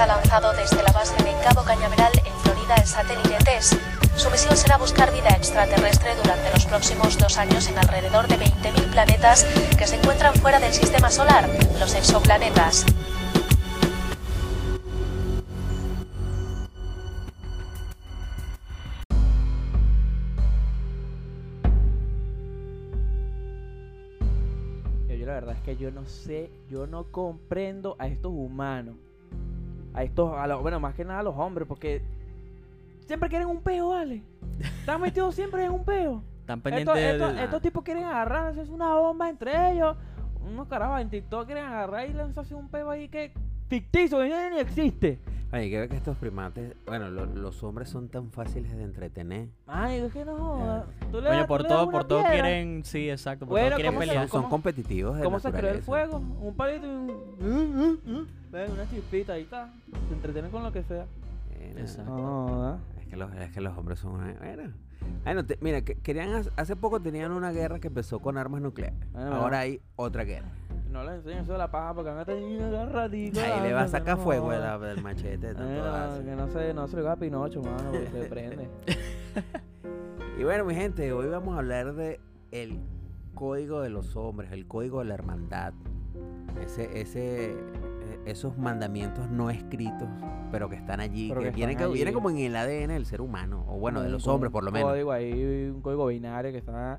ha lanzado desde la base de Cabo Cañaveral, en Florida, el satélite TESS. Su misión será buscar vida extraterrestre durante los próximos dos años en alrededor de 20.000 planetas que se encuentran fuera del sistema solar, los exoplanetas. Yo la verdad es que yo no sé, yo no comprendo a estos humanos. A estos, a los- bueno, más que nada a los hombres, porque siempre quieren un peo, ¿vale? Están metidos siempre en un peo. Están pendientes Estos, estos- del- Ah. estos tipos quieren agarrar, hacerse una bomba entre ellos. Unos carajos en TikTok quieren agarrar y lanzarse un peo ahí que ficticio, que ni- ni existe. Ay, creo que estos primates, bueno, lo- los hombres son tan fáciles de entretener. Ay, es que no. joda. Tú le Oye, das- tú por le das todo, una por todo piedra. quieren. Sí, exacto. Por Bueno, todo quieren ¿cómo se- pelear. Son, son ¿cómo- competitivos de ¿Cómo se creó el naturaleza. fuego? Un palito y un. uh, uh, uh. Ven, Una chispita, ahí está. Se entretienen con lo que sea. Mira, Exacto. No, Eh, Es que, los, es que los hombres son una... Bueno, Bueno, te- mira, que- querían, hace- hace poco tenían una guerra que empezó con armas nucleares. Ah, ¿verdad? Ahora hay otra guerra. no les enseño eso de la paja porque van a tener un ratito. Ahí le va a sacar fuego de el la- del machete. de tanto no, darse. que no se, no se le va a Pinocho, mano, porque se prende. Y bueno, mi gente, hoy vamos a hablar de el código de los hombres, el código de la hermandad. Ese, ese, eh, esos mandamientos no escritos, pero que están allí, Pero que, que vienen, están que- vienen allí. como en el ADN del ser humano, o bueno, de Un- los como hombres por lo menos. Un código ahí, un código binario que está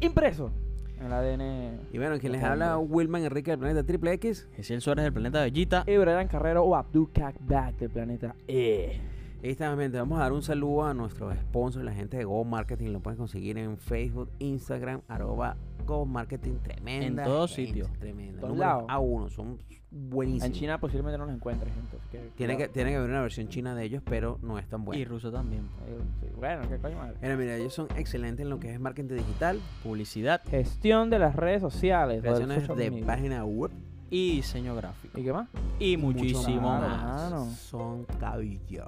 impreso en el ADN. Y bueno, quien Los les habla hombres. Wilman Enrique del planeta Triple X. Gisiel Suárez del planeta Bellita. Y Brian Carrero o Abdul Kakbak del planeta E. Y esta gente, vamos a dar un saludo a nuestros sponsors, la gente de Go Marketing, lo pueden conseguir en Facebook, Instagram, arroba Go Marketing, tremenda. todos gente, sitios. Tremenda. Todos Número lados. A uno, son buenísimos. En China posiblemente no nos encuentres, gente. así Tiene que, cuidado. tiene que haber una versión china de ellos, pero no es tan Y buena. ruso también. Eh, sí, Bueno, qué coño madre. Mira, mira, ellos son excelentes en lo que es marketing digital, Publicidad Gestión de las redes sociales. o del creaciones social de media. página web y diseño gráfico. ¿Y qué más? Y mucho muchísimo más, más. mano. son cabillol.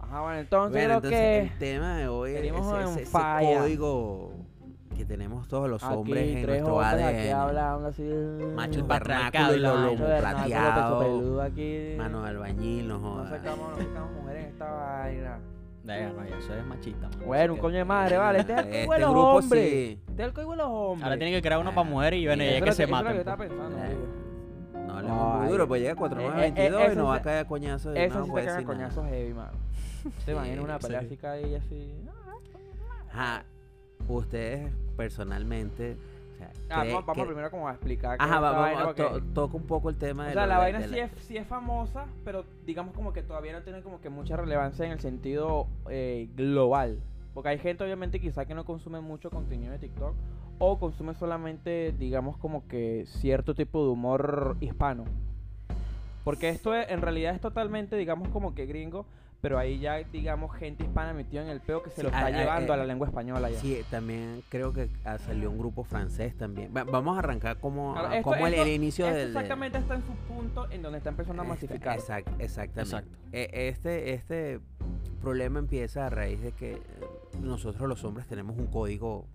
Ajá, Ah, bueno, entonces Bueno, creo entonces que el tema de hoy es venimos ese, en ese- ese falla. código que tenemos todos los aquí hombres en tres nuestro hombres aquí ADN. hablando así. Macho Patriarcado vernáculo y y la lo vaina. lomo Macho vernáculo, pecho plateado, peludo aquí. mano de albañil, no No jodas. sacamos, no sacamos mujeres en esta vaina. Venga, no, ya, eso es machista. mano. Bueno, un Así coño de madre, vale. Este es el Este código de los grupo hombres. sí. Este es el código de los que- hombres. Ahora tienen que crear uno para mujeres y bueno, Mira, ya Ah. Eso que es se lo eso es lo que yo maten. estaba pues. pensando, Eh, amigo. No hablemos muy Ay. duro, pues llega 4 Eh, más eh, 22 eh, y nos eso va a sí- caer a coñazo. y Eso no sí puede se cagan decir nada. coñazos heavy, mano. ¿Te imaginas una sí. pelea así caída así? Ajá. Ustedes personalmente. O sea, Ah, ¿cree vamos, vamos que- primero como a explicar. qué es Ajá, esta va- vamos. vaina, a porque- to- toca un poco el tema de. O sea, la lo de- vaina de sí la- es, sí es famosa, pero digamos como que todavía no tiene como que mucha relevancia en el sentido eh, global. Porque hay gente obviamente quizá que no consume mucho contenido de TikTok o consume solamente, digamos, como que cierto tipo de humor hispano. Porque esto es- en realidad es totalmente, digamos, como que gringo, pero ahí ya, digamos, gente hispana metida en el peo que se Sí, lo está ah, ah, llevando eh, a la lengua española ya. Sí, también creo que ah, salió un grupo francés también. Va- vamos a arrancar como, Claro, ah, esto- como el, esto- el inicio Esto del. del- exactamente está en su punto en donde está empezando a Este- masificar. exact- exactamente. Exacto. E- Este, este problema empieza a raíz de que eh, nosotros los hombres tenemos un código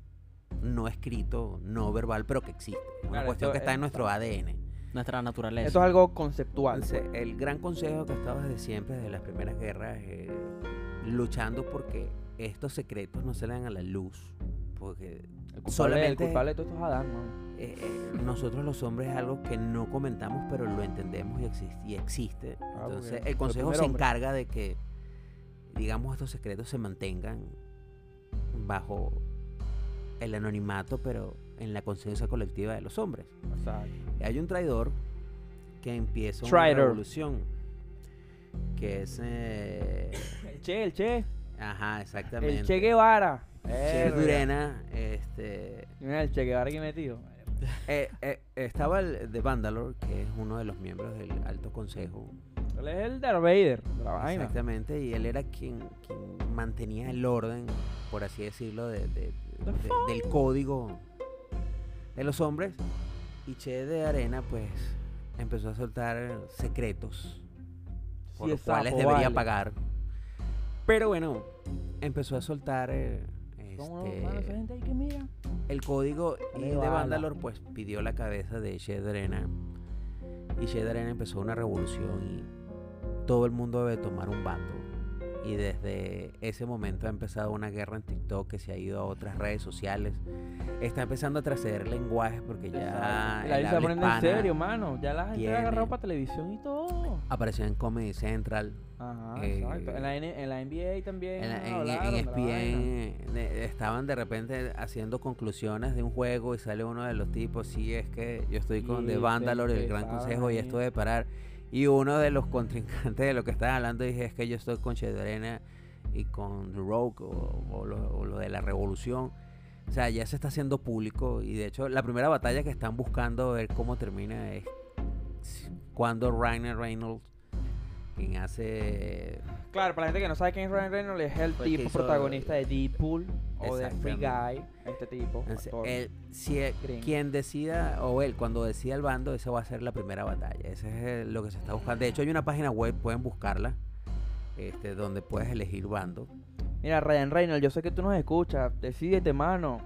no escrito, no verbal, pero que existe. Una Claro, cuestión esto que está es- en nuestro ADN. Nuestra naturaleza. Esto es algo conceptual. Entonces, el gran consejo que ha estado desde siempre, desde las primeras guerras, eh, luchando porque estos secretos no se le dan a la luz. Porque El Solamente- el culpable de todo esto es Adán, mano. eh, eh, nosotros los hombres es algo que no comentamos, pero lo entendemos y, exis- y existe. Ah, porque Entonces, fue el el consejo primer se hombre. encarga de que, digamos, estos secretos se mantengan bajo el anonimato, pero en la conciencia colectiva de los hombres. Hay un traidor que empieza una Traidor. revolución. Que es. eh, El Che, el Che. ajá, exactamente. El Che Guevara. Che Verga. Guevara, este. Mira, el Che Guevara aquí metido. eh, eh, estaba el de Vandalor, que es uno de los miembros del Alto Consejo. Él es el Darth Vader de la vaina. Exactamente, y él era quien, quien mantenía el orden, por así decirlo, de- de- de- del código de los hombres. Y Che de Arena, pues, empezó a soltar secretos. por Sí, los es cuales sapo, debería vale. pagar. Pero bueno, empezó a soltar eh, Son unos malos, esa este, gente ahí que mira. el código y Dale de bala. Vandalor pues pidió la cabeza de Shedrena y Shedrena empezó una revolución todo el mundo debe tomar un bando. Y desde ese momento ha empezado una guerra en TikTok que se ha ido a otras redes sociales. Está empezando a trascender lenguajes porque la ya. el gente se habla aprende en hispana serio, mano. Ya la gente la ha tiene- agarrado para televisión y todo. Apareció en Comedy Central. Ajá, Eh, exacto. En la, N- en la NBA también. En, la- en- hablaron de en la vaina. ESPN eh, estaban de repente haciendo conclusiones de un juego y sale uno de los tipos, sí, es que yo estoy con Y The se Vandalor, el Gran empezaban Consejo y ahí. esto de parar. Y uno de los contrincantes de lo que estaban hablando dije, es que yo estoy con Chedrena y con The Rock o, o lo, o lo de la revolución. O sea, ya se está haciendo público y de hecho la primera batalla que están buscando ver cómo termina es cuando Ryan Reynolds, quien hace Claro, para la gente que no sabe quién es Ryan Reynolds, es el Fue el que tipo hizo- protagonista de Deadpool o de Free Guy. Exactamente. Este tipo. Entonces, actor. él- si él- gringo. quien decida, o él, cuando decida el bando, esa va a ser la primera batalla. Ese es eh, lo que se está buscando. De hecho, hay una página web, pueden buscarla, este, donde puedes elegir bando. Mira, Ryan Reynolds, yo sé que tú nos escuchas. Decídete, mano.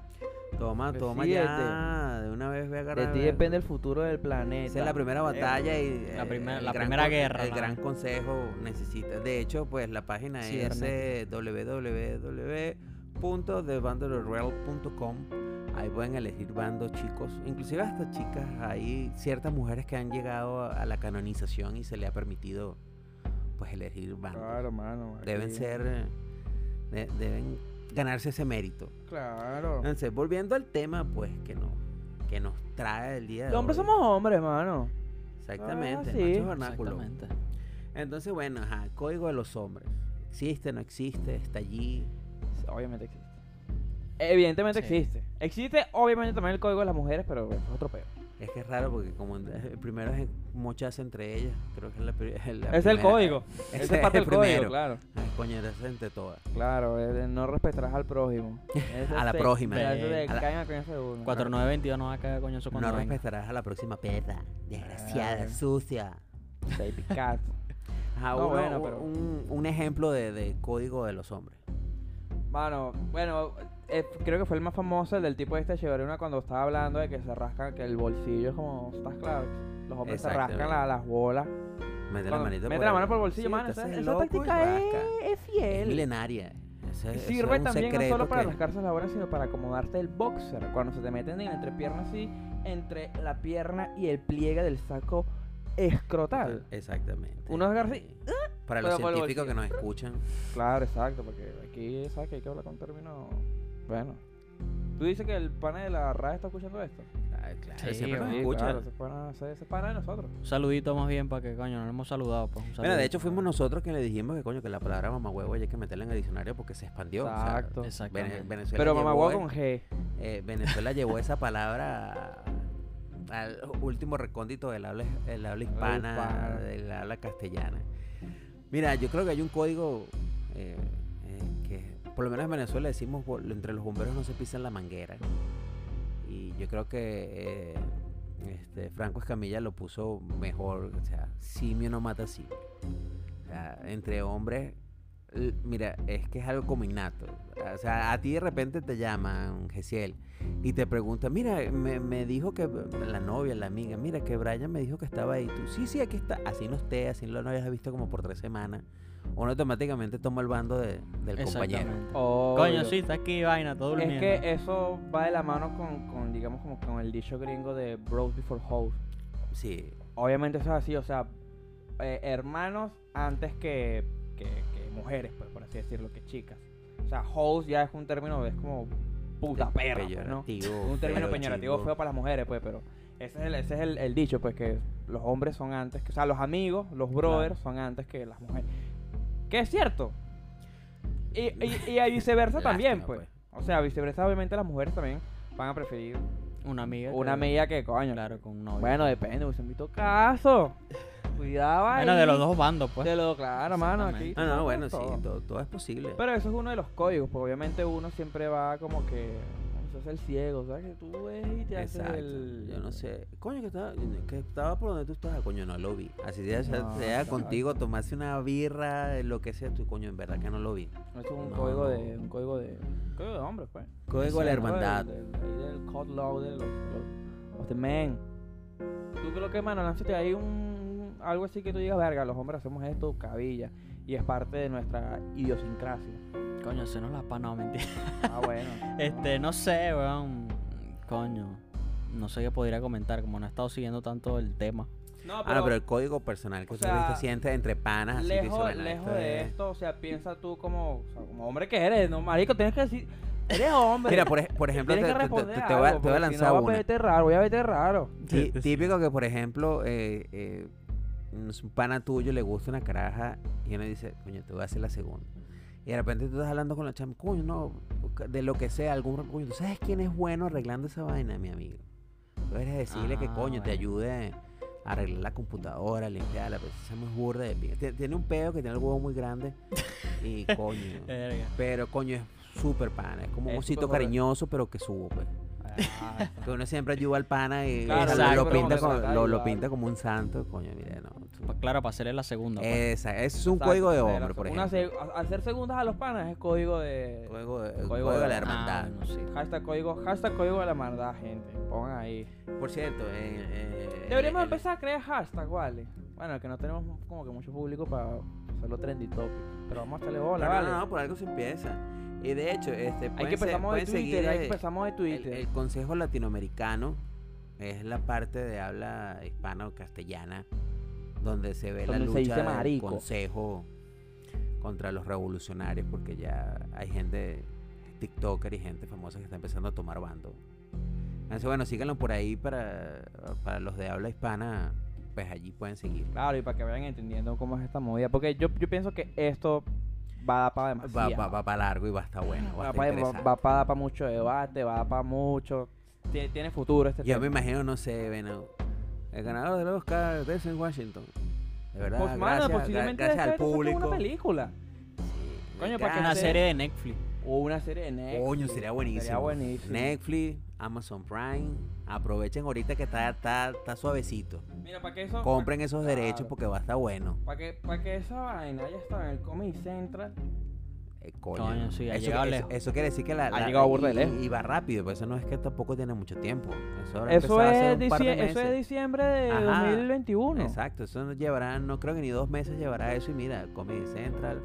Toma, toma Decídete. ya. De una vez ve a De agarrar. ti depende el futuro del planeta. Esa es la primera batalla y la eh, primer- el la gran primera con- guerra, El ¿no? gran consejo necesita. De hecho, pues la página es eh, www.thebandolorreal.com. Ahí pueden elegir bandos chicos, inclusive hasta chicas. Hay ciertas mujeres que han llegado a, a la canonización y se le ha permitido pues elegir bandos. Claro, mano. Deben aquí. ser, eh, de- deben ganarse ese mérito. Claro. Entonces, volviendo al tema, pues que no, que nos trae el día de Los hombres hoy. somos hombres, mano. Exactamente, Ah, sí. macho vernáculo. Exactamente. Entonces, bueno, ajá, código de los hombres. ¿Existe, no existe? ¿Está allí? Obviamente existe. Evidentemente Sí. existe. Existe, obviamente, también el código de las mujeres, pero bueno, es otro peo. Es que es raro porque como en- eh, primero es muchas entre ellas, creo que es la, pri- es la Es el primera- código. Ese Ese es es parte el del código, primero. claro. Ay, coño, eres entre todas. Claro, eh, no respetarás al prójimo. Ese A la se- prójima. eh, ya, eso Ve- de a la- caen a coñazo de uno. 4922 no va a caer coño eso cuando no venga. respetarás a la próxima perra, desgraciada, Ah. sucia. Seis picados. Ajá, No, uno- bueno, u- pero- un, un ejemplo de, de código de los hombres. Mano, bueno, eh, creo que fue el más famoso, el del tipo este Cheveruna cuando estaba hablando de que se rasca, que el bolsillo es como, estás claro, los hombres se Exacto. rascan la- las bolas. Mete la Cuando- manito mete la mano por el bolsillo, Sí, mano, te esa, haces esa loco y táctica es, rasca. es Es fiel. milenaria. Ese- Y ese sirve es un también no secreto solo para que- rascarse las bolas, sino para acomodarte el boxer, cuando se te meten en la entrepierna así, entre la pierna y el pliegue del saco escrotal. Exactamente. Eh, Uno agarra ¡ah! así, Para pero los por el científicos que bolsillo. nos escuchan. Claro, exacto, porque aquí sabes que hay que hablar con términos. Bueno. Tú dices que el pana de la RAE está escuchando esto. Ah, claro, Sí, siempre nos obvio, escuchan. Claro, ese pana, ese- ese pana de nosotros. Un saludito más bien para que coño, no lo hemos saludado. Pues. un Mira, de saludito. hecho fuimos nosotros que le dijimos que coño que la palabra mamahuevo hay que meterla en el diccionario porque se expandió. o sea, Exacto. Vene- Exactamente. Venezuela Pero llevó mamagua el- con G. eh, Venezuela llevó esa palabra a- al último recóndito del habla, el habla hispana, hispana. del habla castellana. Mira, yo creo que hay un código eh, eh, que por lo menos en Venezuela decimos bo- entre los bomberos no se pisan la manguera. Y yo creo que eh, este, Franco Escamilla lo puso mejor. O sea, simio no mata simio. O sea, entre hombres L- Mira, es que es algo como innato. O sea, a ti de repente te llaman, Gesiel, y te preguntan, mira, me, me dijo que la novia, la amiga, mira, que Brian me dijo que estaba ahí. Tú, sí, sí, aquí está. Así no esté, así no lo hayas visto como por tres semanas. Uno automáticamente toma el bando de- del compañero. Exactamente. Obvio. Coño, sí, está aquí vaina, todo Es durmiendo. que eh, eso va de la mano con, con, digamos, como con el dicho gringo de Bros Before Hoes. Sí, Obviamente eso es así, o sea, eh, hermanos antes que, que, que mujeres, pues, por así decirlo, que chicas. O sea, hoes ya es un término, es como puta perra, pues, ¿no? peyorativo, Un término feo, peñorativo chimbo. feo para las mujeres, pues, pero ese es, el, ese es el, el dicho, pues, que los hombres son antes, que, o sea, los amigos, los brothers son antes que las mujeres. Que es cierto. Y, y, y a viceversa también, Lástima, pues. O sea, viceversa, obviamente, las mujeres también van a preferir Una amiga. una que- amiga que coño. Claro, con un novio. Bueno, depende, pues, en mi caso. Cuidado ahí. Bueno, de los dos bandos, pues. Ah, De los dos, claro, mano, aquí. No, no, bueno, sí, todo. todo, todo es posible. Pero eso es uno de los códigos, porque obviamente uno siempre va como que. Se hace el ciego, ¿sabes? Que tú ves y te haces Exacto. el. Yo no sé. Coño, que estaba, que estaba por donde tú estabas. Coño, no lo vi. Así sea, sea- No, sea exacto. contigo, tomarse una birra, lo que sea, tú, coño, en verdad que no lo vi. Eso es un No, código no. de. Un código de. Un código de hombres, pues. Código de la Exacto, hermandad. Del, del, ahí del code law de los. los of the men. Tú creo que, mano, lánzate ahí un. algo así que tú digas, verga, los hombres hacemos esto, cabilla. Y es parte de nuestra idiosincrasia. Coño, se nos la pa, no, mentira. Ah, bueno. Este, no sé, weón. Coño. No sé qué podría comentar, como no he estado siguiendo tanto el tema. No, Ah, no, pero el código personal que o usted viste sea, siente entre panas. así que dice, lejos, bueno, lejos esto de es- esto, o sea, piensa tú como, o sea, como hombre que eres, ¿no? Marico, tienes que decir, eres hombre. Mira, por, ej- por ejemplo, te, tienes te- que te- responder te voy a, algo, te porque voy a si lanzar no, vas a una. verte raro, voy a verte raro. Tí- Típico que, por ejemplo, eh, eh, un pana tuyo le gusta una caraja y uno dice, coño, te voy a hacer la segunda. Y de repente tú estás hablando con la chama, coño, no, de lo que sea, algún coño, ¿tú sabes quién es bueno arreglando esa vaina, mi amigo? Tú eres decirle que Ah, coño te bueno. ayude a arreglar la computadora, limpiarla, pero esa chama es burda de pinga. Tie- Tiene un pedo que tiene el huevo muy grande y coño. Verga. Pero coño, es súper pana, es como un Es osito superjoven. cariñoso, pero que subo, pues. Que uno siempre ayuda al pana y Claro, o sea, exacto, lo, pero pinta como como, que trata de lo, lo ayudar. pinta como un santo. Coño, mire, no. tú- Pa- claro, para hacerle la segunda. pues. Esa, ese es un Exacto, código de o sea, hombre, la- por una ejemplo. se- a- hacer segundas a los panas es código de... Código de, código código de de la la- hermandad. Ah, bueno, sí. Hashtag código, hashtag código de la maldad, gente. Pongan ahí. Por cierto, eh, eh, Deberíamos el- empezar a crear hashtag, ¿vale? Bueno, que no tenemos como que mucho público para hacerlo trendy topic. Pero vamos a echarle No, bola, no, ¿vale? no, no, por algo se empieza. Y de hecho, este, Hay que pueden ser- empezamos de pueden Twitter, seguir, hay que eh, empezamos de el, Twitter. el Consejo Latinoamericano es la parte de habla hispano-castellana donde se ve Donde la se dice lucha del marico. Consejo contra los revolucionarios porque ya hay gente TikToker y gente famosa que está empezando a tomar bando. Entonces, bueno, síganlo por ahí para, para los de habla hispana, pues allí pueden seguirlo. Claro, y para que vayan entendiendo cómo es esta movida. Porque yo, yo pienso que esto va a dar para Va, demasiado. va, va para largo y va a estar bueno. Va Va a estar pa- va- interesante. va pa- da para mucho debate, va para mucho. Tiene, tiene futuro este Yo me tema. imagino, no sé, bueno, el ganador del Oscar, Denzel Washington. De verdad, Pues, mano, gracias, gra- posiblemente gracias al después de esto sacan público. una película. Ah, Sí, Coño, gracias. para Una que se- serie de Netflix. O una serie de Netflix. Coño, sería buenísimo. Sería buenísimo. Netflix, Amazon Prime, aprovechen ahorita que está, está, está suavecito. Mira, para que eso. Compren esos derechos Claro. porque va a estar bueno. Para que, pa' que esa vaina ya está en el Comic Central. Eh, coño, Coño, sí, ha eso, llegado eso- lejos. eso quiere decir que la, Ha la- llegado burda de y, lejos. y va rápido, pero eso no es que tampoco tiene mucho tiempo. Eso, habrá Eso empezado hace es, un par de dicie- eso es meses. diciembre de Ajá, 2021. Exacto, eso no llevará, no creo que ni dos meses llevará eso. Y mira, Comedy Central,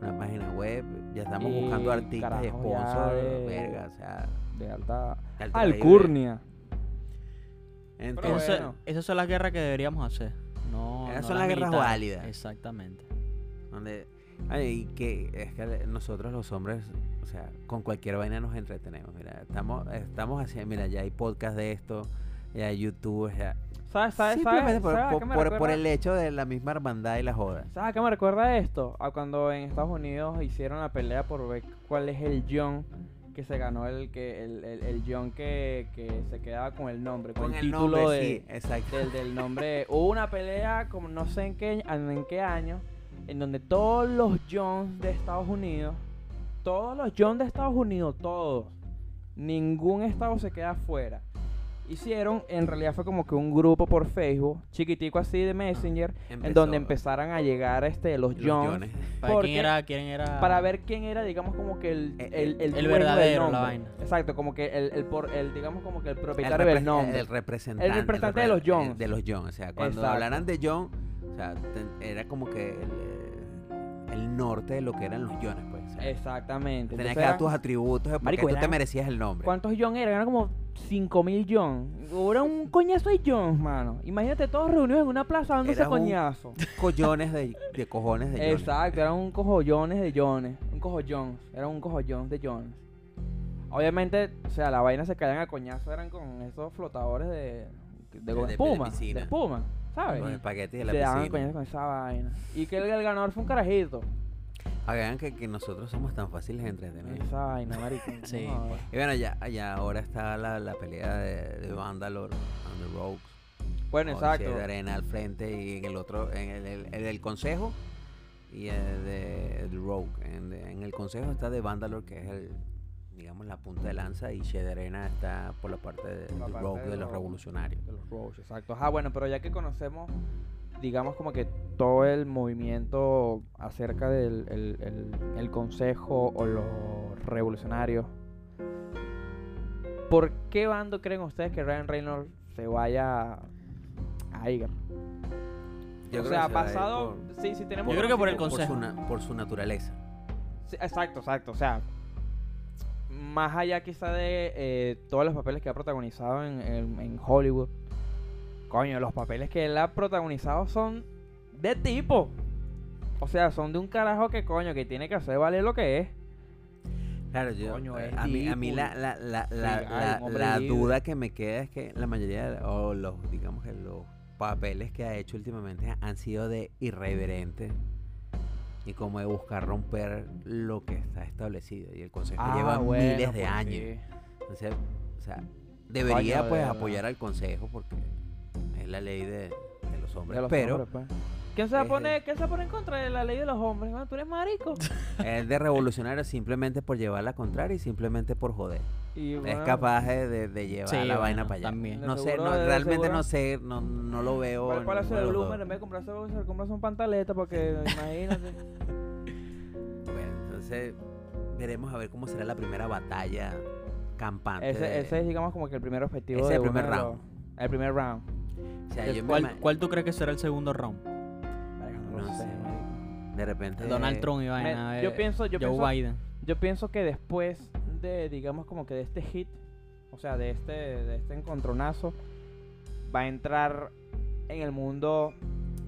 una página web, ya estamos Y, buscando artistas y carajo, ya sponsors, de- verga, o sea, De alta de alto calibre. alcurnia. Pero Entonces, Esas bueno. esas son las guerras que deberíamos hacer. No, Esas no son las guerras militares. válidas. Exactamente. donde, ay, y que es que le- nosotros los hombres, o sea, con cualquier vaina nos entretenemos. Mira, estamos, estamos haciendo, mira, ya hay podcast de esto, ya hay YouTube, ya. ¿Sabes, sabes, Simplemente sabes? por, ¿sabes a por- qué me por- por recuerda? el hecho de la misma hermandad y la joda. ¿Sabes a qué me recuerda esto? A cuando en Estados Unidos hicieron la pelea por ver cuál es el John que se ganó el que el, el, el John que, que se quedaba con el nombre, con, Con el título nombre, de- sí, exacto. del, del nombre. Hubo una pelea como no sé en qué en qué año en donde todos los Johns de Estados Unidos, todos los Johns de Estados Unidos, todos, ningún estado se queda afuera. Hicieron, en realidad fue como que un grupo por Facebook, chiquitico así de Messenger, en donde empezó empezaran a llegar este los los Johns guiones. ¿Para Porque- quién era? ¿Quién era? para ver quién era digamos como que el el, El- E-, el dueño del verdadero, la nombre. vaina. exacto como que el, el por el digamos como que el El propietario del repre- eh, nombre El representante. El representante de los repre- Jones. De los Jones. O sea, cuando Exacto. hablaran de John, o sea, te- era como que el, el norte de lo que eran los Jones, pues. o sea, exactamente tenías Entonces que dar eran- tus atributos de por Marico, qué tú te eran- merecías el nombre. cuántos John eran eran como 5000 John era un coñazo de Johns mano imagínate todos reunidos en una plaza dándose Era un- coñazo Collones de, de cojones de Jones. Exacto, eran un cojollones de Jones. Un cojollón. Era un cojollón de Jones. Obviamente, o sea, la vaina se caían a coñazo. Eran con esos flotadores de, de, de- de espuma. De, piscina. espuma, ¿sabes? Con el paquete de Se la daban piscina. coñazo con esa vaina. Y que el, el ganador fue un carajito. Para que Ah, vean que, que nosotros somos tan fáciles de entretener. Esa vaina, marico. no Sí, jodas. Y bueno, ya, ya ahora está la, la pelea de, de Vandalor, on the Rogues. Bueno, Con Che exacto. de arena al frente y en el otro, en el, el- el del consejo y el de el Rogue. En, en el consejo está de Vandalor, que es el, digamos, la punta de lanza, y Che de arena está por la parte de, Por la de parte Rogue, de de los Rogue. revolucionarios. De los Roach, exacto. Ah, bueno, pero ya que conocemos, digamos como que todo el movimiento acerca del el, el- el consejo o los revolucionarios, ¿por qué bando creen ustedes que Ryan Reynolds se vaya a ir? Yo o sea, creo que se va a ir basado. por- Sí, sí, tenemos. Yo creo que por el concepto. Por consejo. su, na- por su naturaleza. Sí, exacto, exacto. O sea, más allá quizá de eh, todos los papeles que ha protagonizado en, en- en Hollywood. Coño, los papeles que él ha protagonizado son de tipo. O sea, son de un carajo que coño, que tiene que hacer valer lo que es. Este Claro, yo. Coño, eh, es a, mí, a mí la, Deadpool. la, la, Sí, la, ay, la- un hombre la libre. duda que me queda es que la mayoría, de la- o los, digamos que los papeles que ha hecho últimamente han sido de irreverente y como de buscar romper lo que está establecido. Y el consejo lleva Ah, bueno, miles de pues años. sí. Entonces, o sea, debería Coño, de pues verdad. apoyar al consejo porque es la ley de, de los hombres. De los pero hombres, pues. ¿Quién se, va a es poner, quién se va a poner en contra de la ley de los hombres? Ah, Tú eres marico. es de revolucionario simplemente por llevar la contraria y simplemente por joder. Y, Es bueno, capaz de, de- de llevar Sí, la bueno, vaina para allá. también. De No sé, seguro, no, de realmente seguro. no sé, no, no lo veo. Para el en Palacio de ninguno los Bloomer, en dos. vez de comprarse boxer, compras un pantaleta porque imagínate. Bueno, entonces veremos a ver cómo será la primera batalla campante. ese, de- ese es, digamos, como que el primer objetivo. Ese de es el primer uno de round. los- el primer round. o sea, de yo me ¿Cuál, ima- cuál tú crees que será el segundo round? Marico, no No lo sé, sé. marico. de repente Donald Trump y Me- vaina. eh, yo pienso, yo Joe pienso, Biden. yo pienso que después de, digamos, como que de este hit, o sea, de este, de este encontronazo, va a entrar en el mundo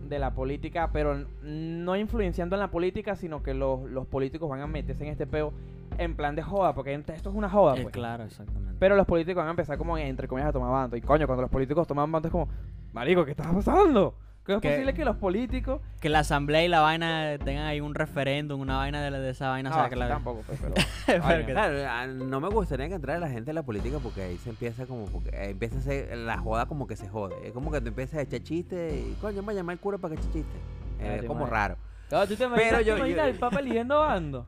de la política, pero n- no influenciando en la política, sino que los, los políticos van a meterse en este peo en plan de joda, porque ent- esto es una joda, Eh, pues. claro, exactamente. Pero los políticos van a empezar como entre comillas a tomar bando. Y coño, cuando los políticos toman bando es como, marico, ¿qué está pasando? ¿Cómo es Que- posible que los políticos... que la asamblea y la vaina tengan ahí un referéndum, una vaina de, la- de esa vaina. o No, sea, aquí que la- tampoco, pues, pero... Pero Ay, que- Claro, a- no me gustaría que entrara la gente en la política porque ahí se empieza como, porque, eh, empieza a ser la joda como que se jode. Es como que te empiezas a echar chistes y coño, me llamar el cura para que eche chistes. Ah, Eh, Es te como imaginas. raro. Claro, tú te imaginas, Pero ¿te yo- imaginas yo- el Papa eligiendo bando.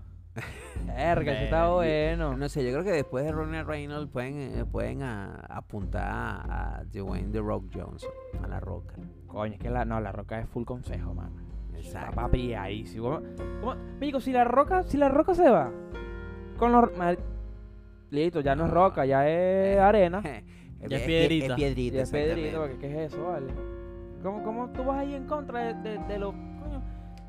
Verga, eso está Ver- bueno. No sé, yo creo que después de Ronald Reynolds pueden, eh, pueden a- apuntar a, a Dwayne The Rock Johnson, a la roca. Coño, es que la, no, la roca es full consejo, mano. Está Exacto. papi ahí. Si, vos- ¿cómo? Marico, si la roca, si la roca se va. Con los. mar- Listo, ya no es roca, ya es Eh, arena. Ya es pie- piedrita. Es piedrita. Y es Pedrito, exactamente. porque ¿qué es eso, vale? ¿Cómo, cómo tú vas ahí en contra de, de, de lo. Coño?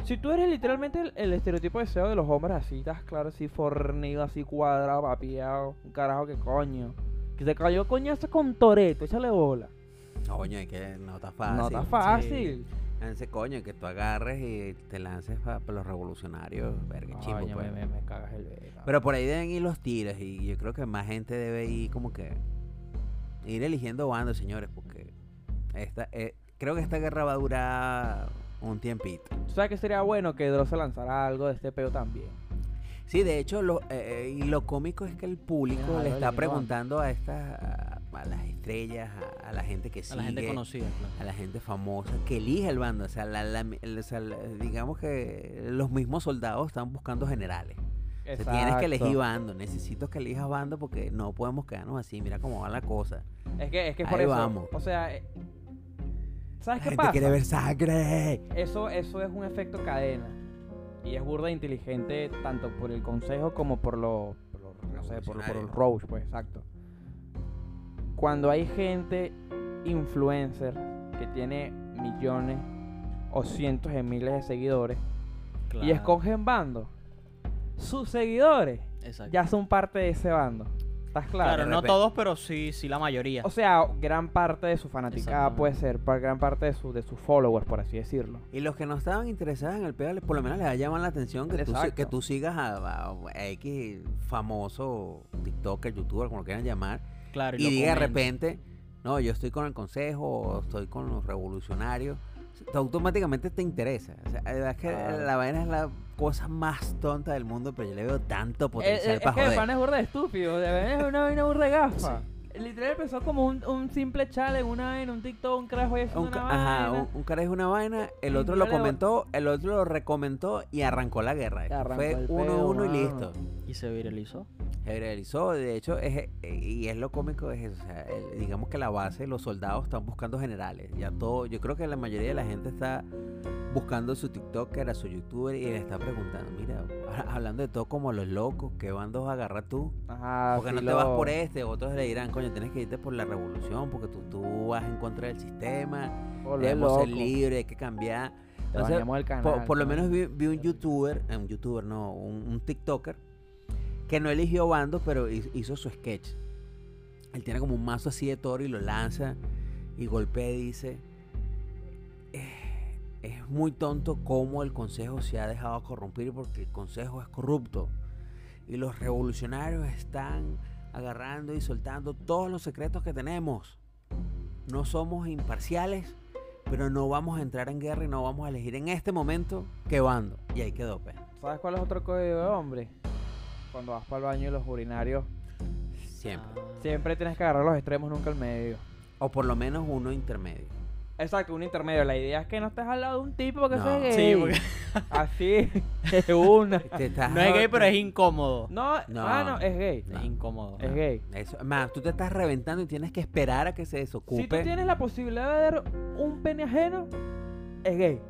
Si tú eres literalmente el, el estereotipo de SEO de los hombres así, estás claro, así fornido, así cuadrado, papiado, un carajo que coño. Que se cayó coñazo con Toreto, échale bola. Coño, es que no está fácil. no está fácil. Entonces, coño, que tú agarres y te lances para los revolucionarios. Verga, chimbo, Coño, pues. me, me- me cagas el verga. Pero por ahí deben ir los tiros y yo creo que más gente debe ir como que ir eligiendo bandos, señores, porque esta eh, creo que esta guerra va a durar un tiempito. ¿Tú sabes que sería bueno que Dross se lanzara algo de este peo también? Sí, de hecho, lo, eh, eh, y lo cómico es que el público Claro, le está eligiendo preguntando a estas a, a las estrellas, a, a la gente que sigue, a la gente conocida, claro. a la gente famosa que elija el bando. O sea, la- la- el- o sea, la- digamos que los mismos soldados están buscando generales. O sea, tienes que elegir bando. Necesito que elijas bando porque no podemos quedarnos así. Mira cómo va la cosa. Es que es que es Ahí por eso. vamos. O sea, eh, ¿sabes La qué gente pasa? quiere ver sangre. Eso, eso es un efecto cadena. Y es burda e inteligente tanto por el consejo como por los. por los- no sé, por, por el Revolucionarios. Roach, pues, exacto. Cuando hay gente influencer que tiene millones o cientos de miles de seguidores y claro. escogen bando, sus seguidores Exacto. ya son parte de ese bando. ¿Estás claro? Claro, de no repente. todos, pero sí, sí la mayoría. O sea, gran parte de su fanaticada Exactamente. puede ser, pa- gran parte de, su, de sus followers, por así decirlo. Y los que no estaban interesados en el pedo, por lo menos les va a llamar la atención que, tú, si- Exacto. que tú sigas a, a- a X famoso TikToker, youtuber, como lo quieran llamar, claro, y lo diga de comenta. repente, no, yo estoy con el consejo, o estoy con los revolucionarios. Tú automáticamente te interesa. O sea, la verdad es que Claro. la vaina es la cosa más tonta del mundo, pero yo le veo tanto Eh, eh, potencial es para que el joder. pan es burda de estúpido, de verdad, es una vaina burda de gafa. Literal empezó como un, un simple challenge, una vaina, un TikTok, un carajo y haciendo Un, una ca- ajá, vaina. un, un cara es una vaina, el Y otro no lo le va- comentó, el otro lo recomentó y arrancó la guerra. Y Esto arrancó Fue el uno a peo, uno y mano. listo. Y se viralizó. Se viralizó, de hecho, es, eh, y es lo cómico, es eso. o sea, el- digamos que la base, los soldados están buscando generales. Ya todo, yo creo que la mayoría de la gente está buscando su TikToker, a su youtuber y le está preguntando, mira, a- hablando de todo como los locos, ¿qué bandos agarras tú? Ajá, Porque sí no te lo- vas por este, otros le dirán, coño, tienes que irte por la revolución, porque tú, tú vas en contra del sistema, volver debemos ser loco. libres, hay que cambiar. Te Entonces, baneamos el po- canal. por, lo ¿no? menos vi, vi un youtuber, eh, un youtuber no, un, un tiktoker, que no eligió bandos, pero hi- hizo su sketch. Él tiene como un mazo así de toro y lo lanza y golpea y dice, "Eh, es muy tonto cómo el consejo se ha dejado corrompir porque el consejo es corrupto. Y los revolucionarios están agarrando y soltando todos los secretos que tenemos. No somos imparciales, pero no vamos a entrar en guerra y no vamos a elegir en este momento qué bando. Y ahí quedó, pues. ¿Sabes cuál es otro código de hombre? Cuando vas para el baño y los urinarios, Siempre. siempre tienes que agarrar los extremos, nunca el medio. O por lo menos uno intermedio. Exacto, un intermedio. La idea es que no estés al lado de un tipo porque eso No. es gay. Sí, porque Así, es una. Te estás- Ah. no es gay, pero es incómodo. No, No. no, ah, no, es gay. No. Es incómodo. Es gay. Eso, más, tú te estás reventando y tienes que esperar a que Si se tú desocupe. tienes la posibilidad de ver un pene ajeno, es gay.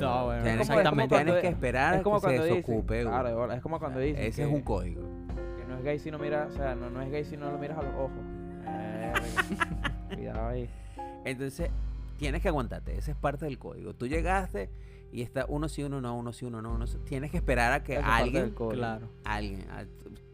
No, bueno, Tienes, como- es como exactamente. cuando- tienes que esperar es a como Ah, que se cuando dicen. desocupe. güey. Claro, es como cuando dicen. Ese es que- un código. Que no es gay si no miras, o sea, no, no es gay si no lo miras a los ojos. Verga. Cuidado ahí. Entonces, tienes que aguantarte. Ese es parte del código. Tú llegaste y está uno sí, uno no, uno sí, uno no, uno sí. Tienes que esperar a que Esa es parte del alguien, código. Claro. alguien, a-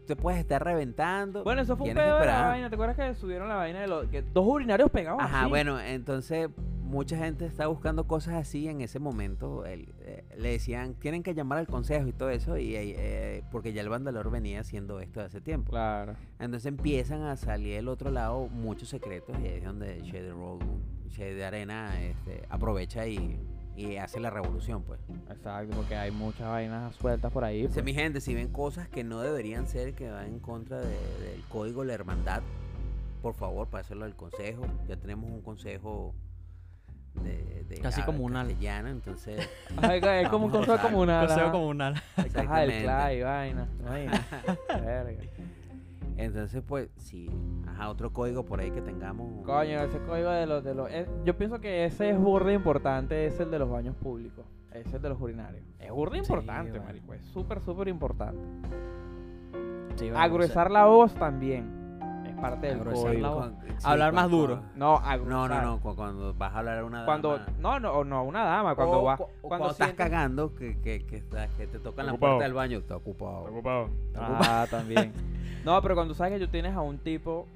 te puedes estar reventando. Bueno, eso fue un tienes que pedo de la esperar. vaina. ¿Te acuerdas que subieron la vaina de los que dos urinarios pegados? Ajá, así? bueno, entonces mucha gente está buscando cosas así en ese momento. el- eh, le decían, tienen que llamar al consejo y todo eso, y ahí, eh, porque ya el Vandalor venía haciendo esto de hace tiempo. Claro. Entonces empiezan a salir del otro lado muchos secretos, y ahí es donde Shade Road, Shade Arena este, aprovecha y, y hace la revolución, pues. Exacto, porque hay muchas vainas sueltas por ahí. Dice pues. mi gente, si ven cosas que no deberían ser, que van en contra de- del código de la hermandad, por favor, pásenlo al consejo. Ya tenemos un consejo de, de Casi habla comunal. castellana, entonces Ay, es como un Vamos a consejo usar. comunal. Consejo ajá. comunal. Caja del exactamente. Clay, vaina. vaina. Verga. Entonces, pues, sí, ajá, otro código por ahí que tengamos. Coño, ese código de los. De los eh, yo pienso que ese es burda importante, es el de los baños públicos. Es el de los urinarios. Es burda importante, vale. marico. Es súper, súper importante. Sí, bueno, Agruesar la voz también. Es parte del Agruesar la código. voz. Con- sí, Hablar con- más con- duro. No, No, agruesar. no, no, cu- cuando vas a hablar a una Cuando. dama. No, no, no, una dama. Cuando Oh, O va. cu- o cuando, cuando estás sientes- cagando, que, que, que, estás- que te tocan la ocupado. puerta del baño, está ocupado. Ah, también. No, pero cuando sabes que tú tienes a un tipo,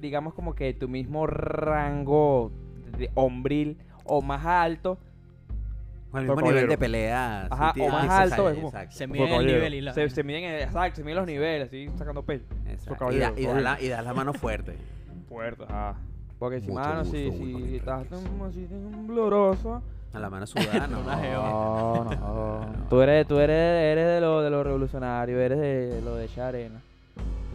digamos como que tu mismo rango de hombril o más alto, Con el mismo Pero, nivel de caballero. pelea. Ajá, sí, o sí, más sí, alto, es sí, como- exacto. Se Por mide el caballero. nivel y la. se, se miden, eh, exacto, se miden los niveles, así, sacando pecho. Exacto. Por Y, da- caballero, y das por la, y das la mano fuerte. Puertas, ajá. Ah. Porque si, Mucho mano, gusto, si, Wilco si Enríquez. estás como así tembloroso. A la mano sudada, no. Una jeva. No, no. tú eres, tú eres, eres de los de los revolucionarios, eres de lo de esa arena.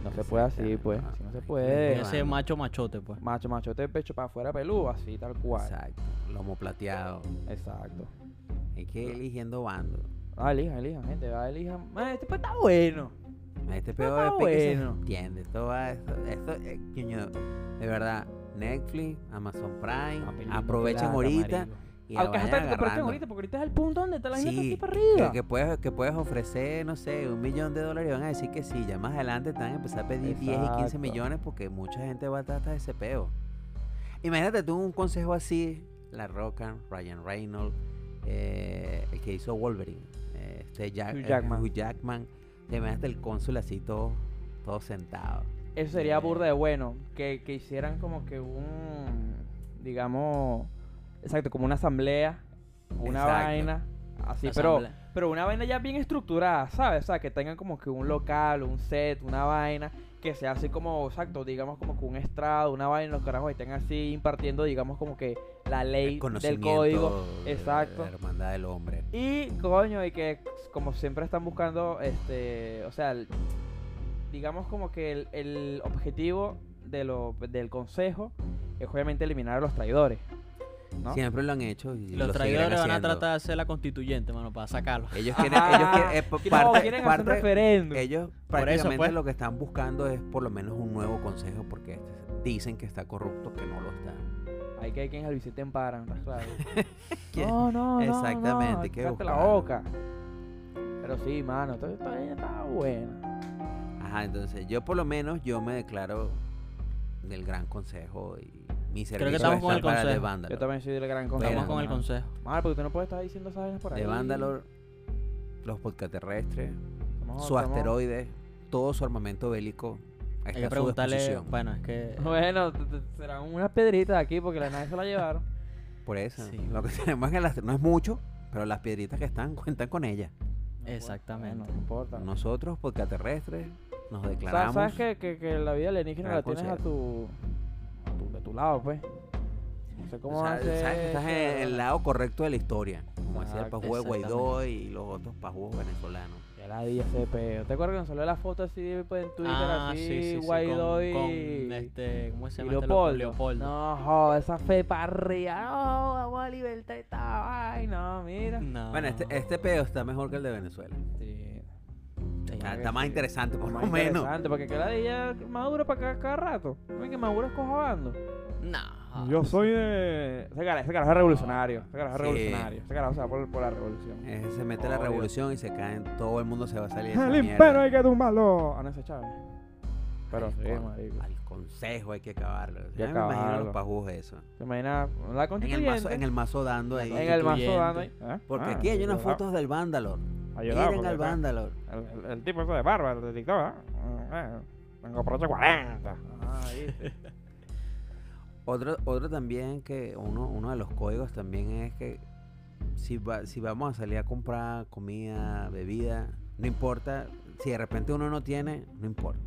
No se puede así, pues. Así no se puede. Ese Bueno. macho machote, pues. Macho, macho, te pecho para afuera peludo, así tal cual. Exacto. Lomo plateado. Exacto. Hay que ir eligiendo bando. Ah, elijan, elijan, gente. Va, elijan. Man, este pues está bueno. A este pedo está de pique se Ah, bueno. entiende. Esto va, esto, esto eh, coño, de verdad. Netflix, Amazon Prime, aprovechen ahorita. Y Aunque hasta la vayan que aprovechen agarrando. ahorita, porque ahorita es el punto donde está la gente Sí, aquí para que, arriba. que puedes, que puedes ofrecer, no sé, un millón de dólares y van a decir que sí. Ya más adelante te van a empezar a pedir 10 y 15 Exacto. millones porque mucha gente va a tratar de ese peo. Imagínate tú un consejo así, La Roca, Ryan Reynolds, eh, el que hizo Wolverine, eh, este Jack, Hugh eh, Jackman. Hugh Jackman. Te imagínate el cónsul así todo, todo sentado. Eso sería burda de bueno. Que, que hicieran como que un. Digamos. Exacto, como una asamblea. Una Exacto. vaina. Así, La pero, asamblea. pero una vaina ya bien estructurada, ¿sabes? O sea, que tengan como que un local, un set, una vaina. Que sea así como, exacto, digamos como que un estrado, una vaina, los carajos estén así impartiendo, digamos como que la El ley del conocimiento código. de- de exacto. La hermandad del hombre. Y coño, y que como siempre están buscando, este, o sea, el- digamos como que el, el objetivo de lo, del consejo es obviamente eliminar a los traidores. ¿no? Siempre lo han hecho. Y Los lo seguirán traidores van a haciendo. tratar de hacer la constituyente, mano, para sacarlo. Ellos quieren, ellos quieren, eh, Quieren- parte- quieren hacer un parte- referéndum. Ellos eso, prácticamente pues. lo que están buscando es por lo menos un nuevo consejo porque este dicen que está corrupto, que no lo está. Hay que ver quién es el Vicente Empara, ¿no? Claro. ¿Quién? No, no, no, no. Exactamente, hay que cállate la buscarlo. boca. Pero sí, mano, está, está, está buena. Ajá, entonces yo por lo menos yo me declaro del gran consejo y mi servicio estamos está con el para The consejo. Vandalor. Yo también soy del gran consejo. Estamos Bueno, con el ajá. consejo. Mal, porque tú no puedes estar diciendo esas vainas por ahí. The Vandalor, los podcaterrestres, Somos- su somos- asteroide, todo su armamento bélico Hay está que a su preguntarle. disposición. Bueno, es que. Bueno, t- t- serán unas piedritas aquí porque la nave se la llevaron. Por eso, Sí. lo que tenemos en el astro- no es mucho, pero las piedritas que están cuentan con ellas. No puede- Exactamente. bueno, No importa. Nosotros, podcaterrestres, nos O sea, declaramos. ¿Sabes que, que, que la vida alienígena gran la tienes a consejo. tu, a tu- de tu lado, pues? No sé cómo O va a sea, sabes que ser estás en eso, el lado correcto de la historia. Como decía el Exacto. pajugo de Guaidó y los otros pajuegos venezolanos. Ya la di ese pedo. ¿Te acuerdas que nos salió la foto así pues, en Twitter? Ah, así, sí, sí, sí, con- Guaidó y. con este, ¿Cómo se y llama? este loco? Leopoldo. Leopoldo. No, joder, esa fe para arriba. No, vamos a libertar esta. Ay, no, mira. No. Bueno, este, este pedo está mejor que el de Venezuela. Sí. Sí. Está, que está más sí. interesante, por Más lo menos. interesante, porque que la di ya Maduro para cada, cada rato. Mira que Maduro es cojo bando. No. Yo soy de. Ese cara- ese carajo es revolucionario. Ese carajo es Ah, Sí. revolucionario. Ese carajo se va por, por la revolución. Eh, se mete la Obvio. revolución y se caen. Todo el mundo se va a salir. de El esa imperio mierda. hay que tumbarlo. Ah, no, ese Chávez. Pero al, sí, con- marico. al consejo hay que acabarlo. Yo que me imagino acabarlo. los pajugos eso. ¿Te imaginas? La En constituyente. el mazo, en el mazo dando ahí. En el mazo constituyente. dando ahí. ¿eh? Porque Ah, aquí hay ayudado. unas fotos del vándalo. Ayudado, Miren porque al está- vándalo. El, el- el tipo ese de bárbaro, de TikTok, ¿eh? Eh, Tengo proche 40. Ah, Otro, otro también que uno, uno de los códigos también es que si, va- si vamos a salir a comprar comida, bebida, no importa, si de repente uno no tiene, no importa.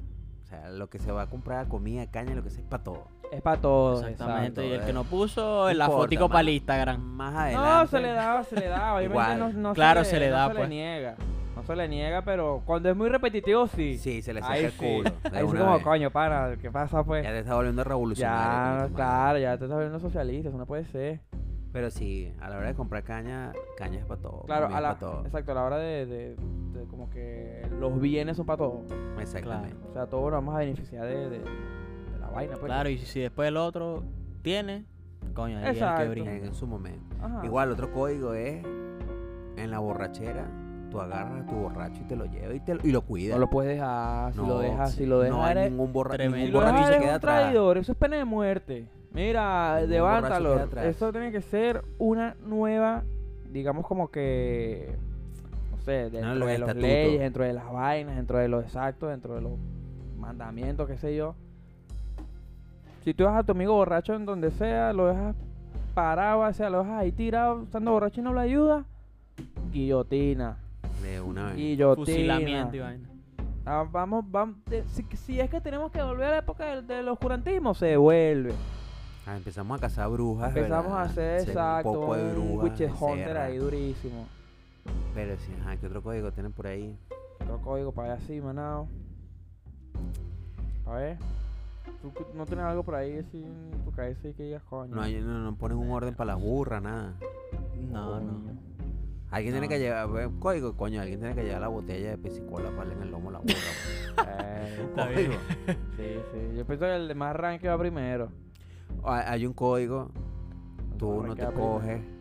O sea, lo que se va a comprar, comida, caña, lo que sea, es para todo. Es para todos. Exactamente. exacto, y el eh. que no puso la Importa, fotico mano. para el Instagram. Más exacto. adelante. No, se le daba, se le daba. Obviamente Igual. no, no Claro, se, se le da, no se pues. le niega. No se le niega, pero cuando es muy repetitivo, sí. Sí, se le saca Ahí el sí. culo. de Ahí sí una como, vez. coño, para, ¿qué pasa, pues? Ya te está volviendo revolucionario. Ya, coño, tu madre. claro, ya te estás viendo socialista, eso no puede ser. Pero sí, a la hora de comprar caña, caña es para todo. Claro, comida a es la, pa' todo. exacto, a la hora de, de- de como que los bienes son para todos. Exactamente. O sea, todos nos vamos a beneficiar de, de- de la vaina, pues. Claro, y si después el otro tiene, coño, ahí hay Exacto. que brincar. En su momento. Ajá. Igual, otro código es en la borrachera, tú agarras a tu borracho y te lo llevas y, te, y lo cuidas. No lo puedes dejar, si lo dejas, si lo dejas. No hay eres- ningún, borra, tremendo. si ningún lo borracho borracho dejas eres se queda un atrás. traidor, eso es pena de muerte. Mira, Ningún borracho queda levántalo. atrás. Eso tiene que ser una nueva, digamos como que, no sé, dentro los de las estatutos. leyes, dentro de las vainas, dentro de los exactos, dentro de los mandamientos, qué sé yo. Si tú vas a tu amigo borracho en donde sea, lo dejas parado, o sea, lo dejas ahí tirado, estando borracho y no lo ayuda, guillotina, De una vez. guillotina. Fusilamiento y vaina. Ah, vamos, vamos. de- si, si es que tenemos que volver a la época del, del oscurantismo, se vuelve. Ah, empezamos a cazar brujas. Empezamos ¿verdad? a hacer Sí, exacto Un poco de un brujas. witch de hunter cerra. ahí durísimo. Pero sí, ajá, ¿qué otro código tienen por ahí? Otro código para allá así, manao. A ver. ¿Tú cu- no tienes algo por ahí así en tu cabeza y que digas coño? No, hay- no, no ponen un orden para las burras, nada. No, no. Alguien tiene No. que llevar, eh, código, coño, alguien tiene que llevar la botella de piscicola para darle en el lomo a la burra. pues. Eh, Está bien. Código. sí, sí. Yo pienso que el de más rank va primero. O hay- Hay un código, El tú más no rank te va coges. primero.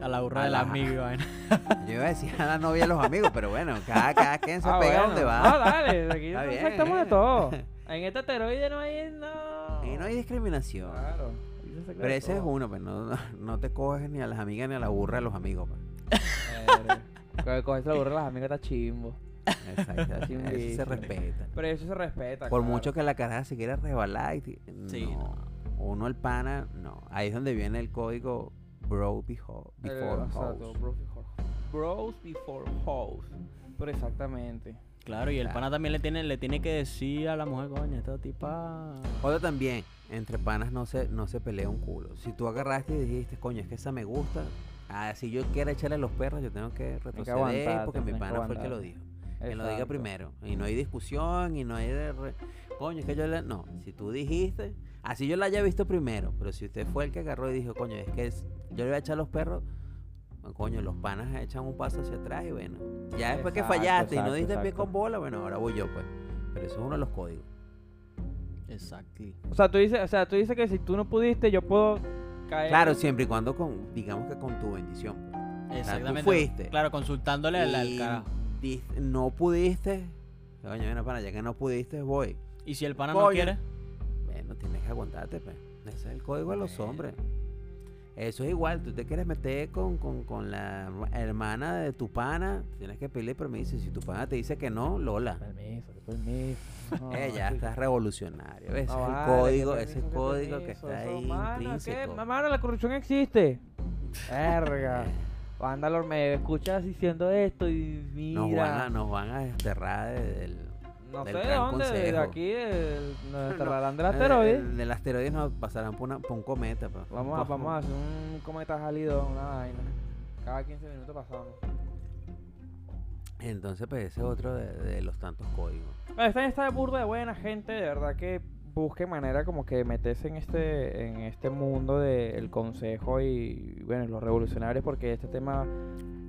A la burra A del la- amigo y vaina. Yo iba a decir a la novia y a los amigos, pero bueno, cada, cada quien se Ah, pega bueno. donde No, va. dale. Aquí Está nos bien. saltamos de todo. En este asteroide no hay. No. Y no hay discriminación. Claro. aquí se saca de Pero ese es Ah, todo. uno, pues no, no te coges ni a las amigas ni a la burra de los amigos. pues. Verga. Cogerse la burra de las amigas está chimbo. Exacto, así- eso se Chimbísimo. respeta. Pero eso se respeta. Por claro. mucho que la caraja se quiera resbalar, y ti- Sí, no. uno el pana, no. Ahí es donde viene el código bro beho- El- before exacto, hoes. bros before- Bros before hoes. Pero exactamente. Claro, y el Claro. pana también le tiene, le tiene que decir a la mujer, coño, esta tipa. Otro también, entre panas no se, no se pelea un culo. Si tú agarraste y dijiste, coño, es que esa me gusta, ah, si yo quiero echarle los perros, yo tengo que retroceder aguantarte, porque mi tienes que pana fue el que lo aguantarte. dijo. Que lo diga Exacto. primero. Y no hay discusión, y no hay de re- coño, es que yo le... No, si tú dijiste, así yo la haya visto primero, pero si usted fue el que agarró y dijo, coño, es que es- yo le voy a echar los perros, bueno, coño, los panas echan un paso hacia atrás y bueno. Ya después que Exacto, fallaste y no exacto, diste pie exacto. con bola, bueno, ahora voy yo pues. Pero eso es uno de los códigos. Exactly. O sea, tú dices, o sea, tú dices que si tú no pudiste, yo puedo caer. Claro, siempre y cuando con, digamos que con tu bendición. Exactamente. fuiste. Claro, consultándole al, al Y carajo. dis- no pudiste. Coño, mira, para, ya que no pudiste, voy. Y si el pana no Coño. quiere, Bueno, tienes que aguantarte, pues. Ese es el código de los hombres. Eso es igual, tú te quieres meter con, con, con la herma- hermana de tu pana, tienes que pedirle permiso. y Si tu pana te dice que no, Lola. Permiso, permiso. No, Eh, ya chico. estás revolucionario. Ese No es el vale, código, qué ese permiso, qué código que permiso. está Eso, ahí mano, ¿qué? intrínseco. Eh, Mano, la corrupción existe. Verga. Vándalo, me escuchas diciendo esto y Nos van, a, mira. nos van a desterrar de- del. no del sé de gran dónde, de consejo. aquí, del- nos desterrarán del eh, asteroide. Del asteroide nos pasarán por, una- por un cometa. pues. Vamos a, vamos a hacer un cometa salido, una vaina. Cada 15 minutos pasamos. Entonces, pues ese es otro de, de los tantos códigos. Bueno, esta está de burda de buena gente, de verdad que busque manera como que de meterse en este, en este mundo del consejo y bueno, los revolucionarios, porque este tema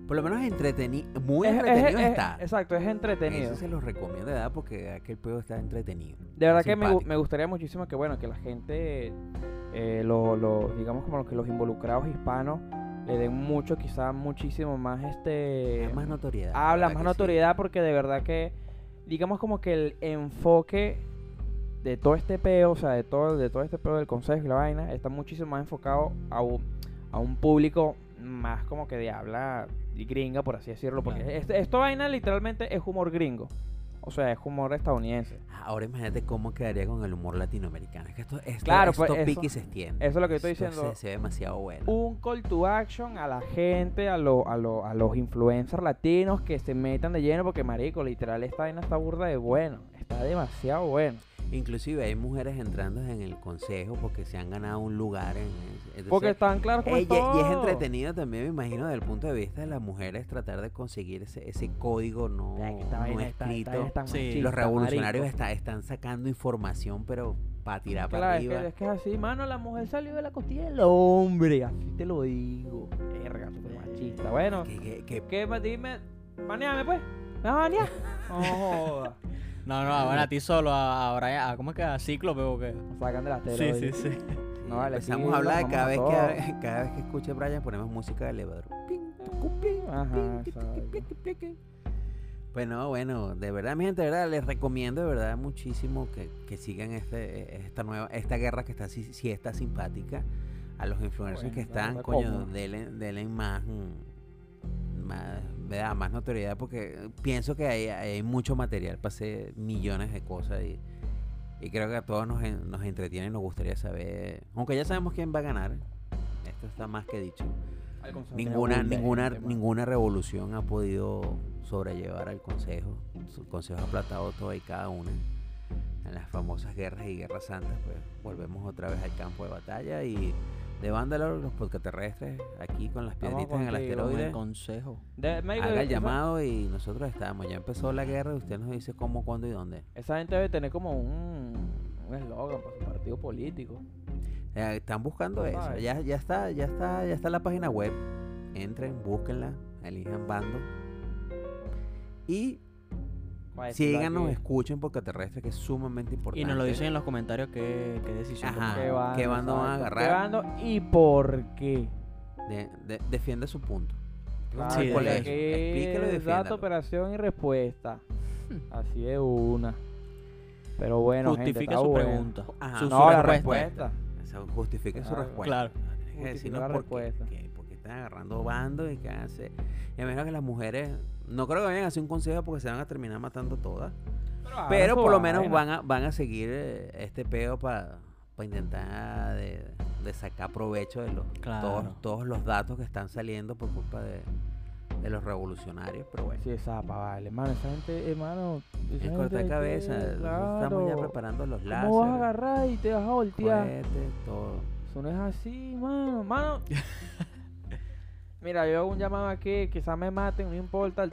Por lo menos entreteni muy es, es- entretenido es- está. Exacto, es entretenido. Eso se los recomiendo de edad porque aquel pedo está entretenido. De verdad está que me, gu- simpático. me gustaría muchísimo que, bueno, que la gente, eh, lo, lo- digamos como que los involucrados hispanos le den mucho, quizá muchísimo más este... Es más notoriedad. la habla verdad más que notoriedad porque de verdad que, digamos como que el enfoque de todo este peo, o sea, de todo, de todo este peo del consejo y la vaina, está muchísimo más enfocado a un, a un público más como que de habla gringa, por así decirlo, porque Claro. este- esta vaina literalmente es humor gringo, o sea, es humor estadounidense. sí. Ahora imagínate cómo quedaría con el humor latinoamericano. Es que esto, esto, Claro, esto pues, pica y eso- se extiende. Eso es lo que estoy Esto diciendo. Uh. Se, se ve demasiado bueno. un call to action a la gente, a, lo- a, lo- a los influencers latinos que se metan de lleno, porque marico, literal, esta vaina está burda de bueno, está demasiado bueno. Inclusive hay mujeres entrando en el consejo porque se han ganado un lugar en... entonces, Porque están claros como eh, es y, y es todo. entretenido también, me imagino, desde el punto de vista de las mujeres, tratar de conseguir ese, ese código no, Ay, que no esta vaina está- esta escrito. vaina es tan Sí. machista, Los revolucionarios marico. está- están sacando información, pero para tirar para Claro, es arriba. que, es que es así, mano, la mujer salió de la costilla del hombre, así te lo digo. Verga, súper machista. Bueno, Eh, Que- que- que- ¿qué más? Dime, baneame pues. ¿Me vas a banear? No joda. no, Eh, no, bueno, a ti solo, a, a Brian, a- ¿cómo es que? A Cíclope o qué. Nos sacan de la tele. hoy. sí. No, vale, aquí empezamos a hablar los cada vez, vamos a que, cada vez que escuche Brian ponemos música de elevador. Ping, tucum, ping, Ajá, ping, tiqui, tiqui, exacto. pliqui, pliqui. Bueno, Pues bueno, de verdad, mi gente, de verdad, les recomiendo de verdad muchísimo que, que sigan este, esta nueva, esta guerra que está sí, sí está simpática. A los influencers Bueno, que está- están, está coño, cómodo. denle, denle más, mm, más, ¿verdad? más notoriedad porque pienso que hay, hay mucho material para hacer millones de cosas y, y creo que a todos nos, en- nos entretiene y nos gustaría saber, aunque ya sabemos quién va a ganar, esto está más que dicho. Al consejo. Ninguna, Abundante, ninguna, mano. ninguna revolución ha podido sobrellevar al Consejo. El Consejo ha aplatado todo y cada una. En las famosas guerras y guerras santas, pues volvemos otra vez al campo de batalla y de Vandalor, los podcaterrestres, aquí con las Estamos piedritas en contigo, Con el el asteroide. consejo. De- marico, Haga el esa- llamado y nosotros estamos. Ya empezó la guerra y usted nos dice cómo, cuándo y dónde. Esa gente debe tener como un un eslogan para su partido político. Eh, están buscando eso. Ay. Ya, ya está, ya está, ya está la página web. Entren, búsquenla, elijan bando. Y para decirlo Síganos, aquí. escuchen Terrestre que es sumamente importante. Y nos lo dicen en los comentarios qué, qué decisión Ajá. ¿Qué ¿Qué bando, tomaron. bando van a exacto? agarrar? ¿Qué bando y por qué? De- de- defiende su punto. Claro, Sí, porque de- aquí Explíquelo y es dato, defiéndalo. Hmm. operación y respuesta. Así de una. Pero bueno, gente, Justifica está su buena. pregunta. Ajá. su, No, su la respuesta. respuesta. O sea, justifiquen su Claro. respuesta. Claro. Tienes que decirnos Justificar la por qué, respuesta. qué, por qué están agarrando bando y qué hace. Y a menos que las mujeres. No creo que vayan a hacer un consejo porque se van a terminar matando todas. Ah, abran Pero su por lo menos vaina. van a, van a seguir eh, este peo para intentar de, de sacar provecho de los, Claro. todos, todos los datos que están saliendo por culpa de, de los revolucionarios. Pero bueno. Sí, esa pa' vale, hermano. Esa gente, hermano. esa Es gente cortar hay que- cabeza. Nosotros Estamos ya claro. preparando los láseres. ¿Cómo vas a agarrar y te vas a voltear? cohetes, todo. Eso no es así, mano. Mano. Mira, yo hago un llamado aquí, quizás me maten, no importa.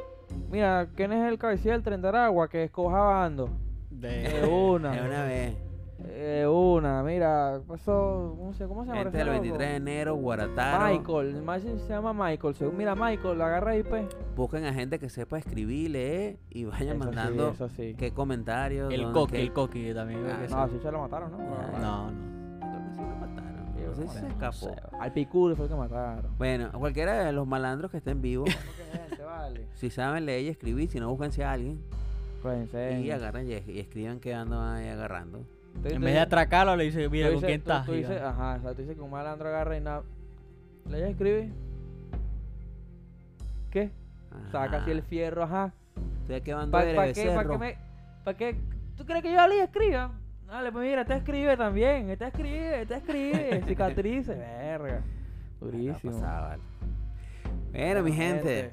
Mira, ¿quién es el cabecilla del tren de Aragua que escoja bando? De- De una. De una vez. Eh, una, mira, pasó, ¿cómo se, cómo se llama? Gente del ese 23 este de loco? enero, Guarataro. Michael, el macho se llama Michael. según- Mira, Michael, lo agarra ahí, pues. Busquen a gente que sepa escribir, leer y vayan Eso sí, mandando eso sí. qué comentarios. El dónde- coqui, qué- el coqui que también. creo Ah, que No, si se lo mataron, ¿no? Ah, sí. No, no. Creo que sí lo mataron, No sé si se no escapó. sé. Al Picuro fue el que mataron. Bueno, a cualquiera de los malandros que estén vivos, gente, vale. si saben leer y escribir, si no, búsquense a alguien Pues, y agarran y, y escriban que andan ahí agarrando. En vez de atracarlo, le dice, mira, ¿con quién estás? Tú Y dices, va. ajá, o sea, tú dices que un malandro agarra y nada. ¿Le escribe? ¿Qué? Saca así el Ajá. fierro, ajá. ¿Tú Ah. de qué bando ¿Para eres, qué? ¿Para becerro? qué me.? ¿Para qué? ¿Tú crees que yo le escriba? Dale, pues mira, te escribe también. Te escribe, te escribe. Cicatrices. Verga. pues, Bueno, Durísimo. pasada, vale. Bueno, mi gente,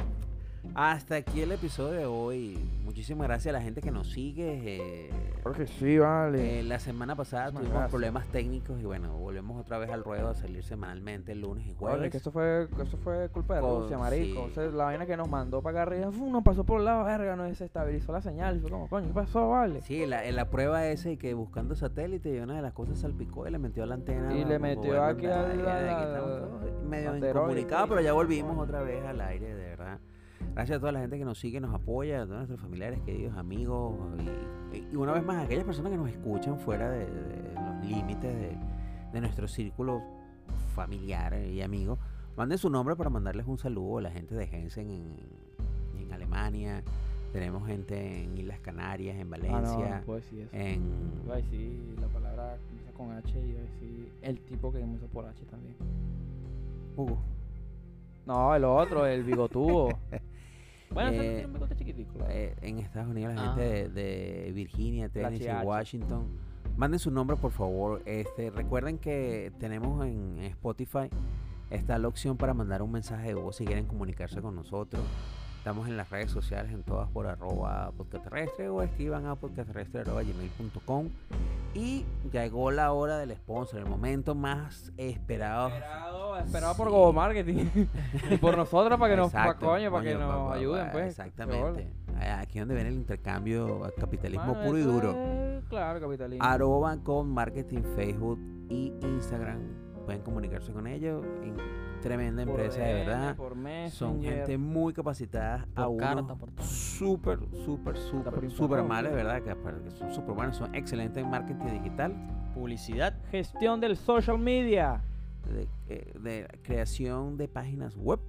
hasta aquí el episodio de hoy. Muchísimas gracias a la gente que nos sigue. eh, Porque sí, vale. eh, la semana pasada Muchísimas tuvimos gracias. problemas técnicos y bueno, volvemos otra vez al ruedo a salir semanalmente lunes y Oye, jueves. que eso fue, que eso fue culpa de Con- Rusia, marico. O sí. sea, la vaina que nos mandó para acá arriba, ¡fu! nos pasó por el lado, verga, nos desestabilizó la señal. Y fue como, coño, ¿qué pasó, vale? Sí, la, eh, la prueba esa y que buscando satélite y una de las cosas salpicó y le metió a la antena. Y le como metió bueno, aquí nada, al- ya de al- estamos todos eh, medio al teróide, incomunicados, pues. pero ya volvimos otra vez al aire, de verdad. Gracias a toda la gente que nos sigue, nos apoya, a todos nuestros familiares, queridos amigos y, y una vez más a aquellas personas que nos escuchan fuera de, de los límites de, de nuestro círculo familiar y amigos. Manden su nombre para mandarles un saludo a la gente de Jensen en, en Alemania. Tenemos gente en Islas Canarias, en Ah, no, Valencia. no puedo decir Eh. eso. En... Iba a decir la palabra comienza con H y iba a decir el tipo que comienza por H también. Hugo. No, el otro, el bigotudo. bueno, ese Eh, tiene un bigote chiquitico. la verdad. Eh, en Estados Unidos, la Ah. gente de, de Virginia, Tennessee, CH. Washington. Manden su nombre, por favor. Este, recuerden que tenemos en Spotify está la opción para mandar un mensaje de voz si quieren comunicarse con nosotros. Estamos en las redes sociales, en todas por arroba podcastterrestre o escriban a podcastterrestre.gmail.com Y llegó la hora del sponsor, el momento más esperado. Esperado, esperado por Sí. Go Marketing. y por nosotros para que nos, pa' Exacto, coño, para que coño, nos pa- pa- ayuden, pa- pues. qué bola. Exactamente. Ah, Aquí es donde viene el intercambio, ah, capitalismo Mano, puro y eso duro. es, Claro, capitalismo. Arroba con marketing, Facebook y Instagram. Pueden comunicarse con ellos. en tremenda Por empresa, de DM, verdad. por Son Messenger. gente muy capacitada a Por unos carta, por todo. súper, súper, por súper, súper internet, males, sí. ¿verdad? Que, aparte que son súper buenos, son excelentes en marketing digital, Publicidad. Gestión del social media. de, eh, de creación de páginas web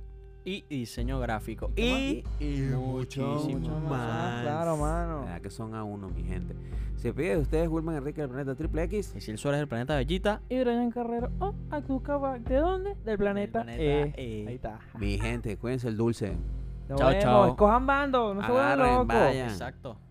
y diseño gráfico. ¿Qué Y, más? muchísimo mucho más. Ah, más. Claro, mano. ¿Verdad Ah, que son a uno, mi gente? Se pide de ustedes, Wilman Enrique del Planeta Triple X. Y si el sol es el planeta Bellita, Y Brian Carrero. Oh, Akukaba. ¿De dónde? Del planeta, planeta E. E. Ahí está. Mi gente, cuídense el dulce. Nos Chao, vemos. chao. Escojan bando. No se vuelvan Agarren, locos. vayan. exacto.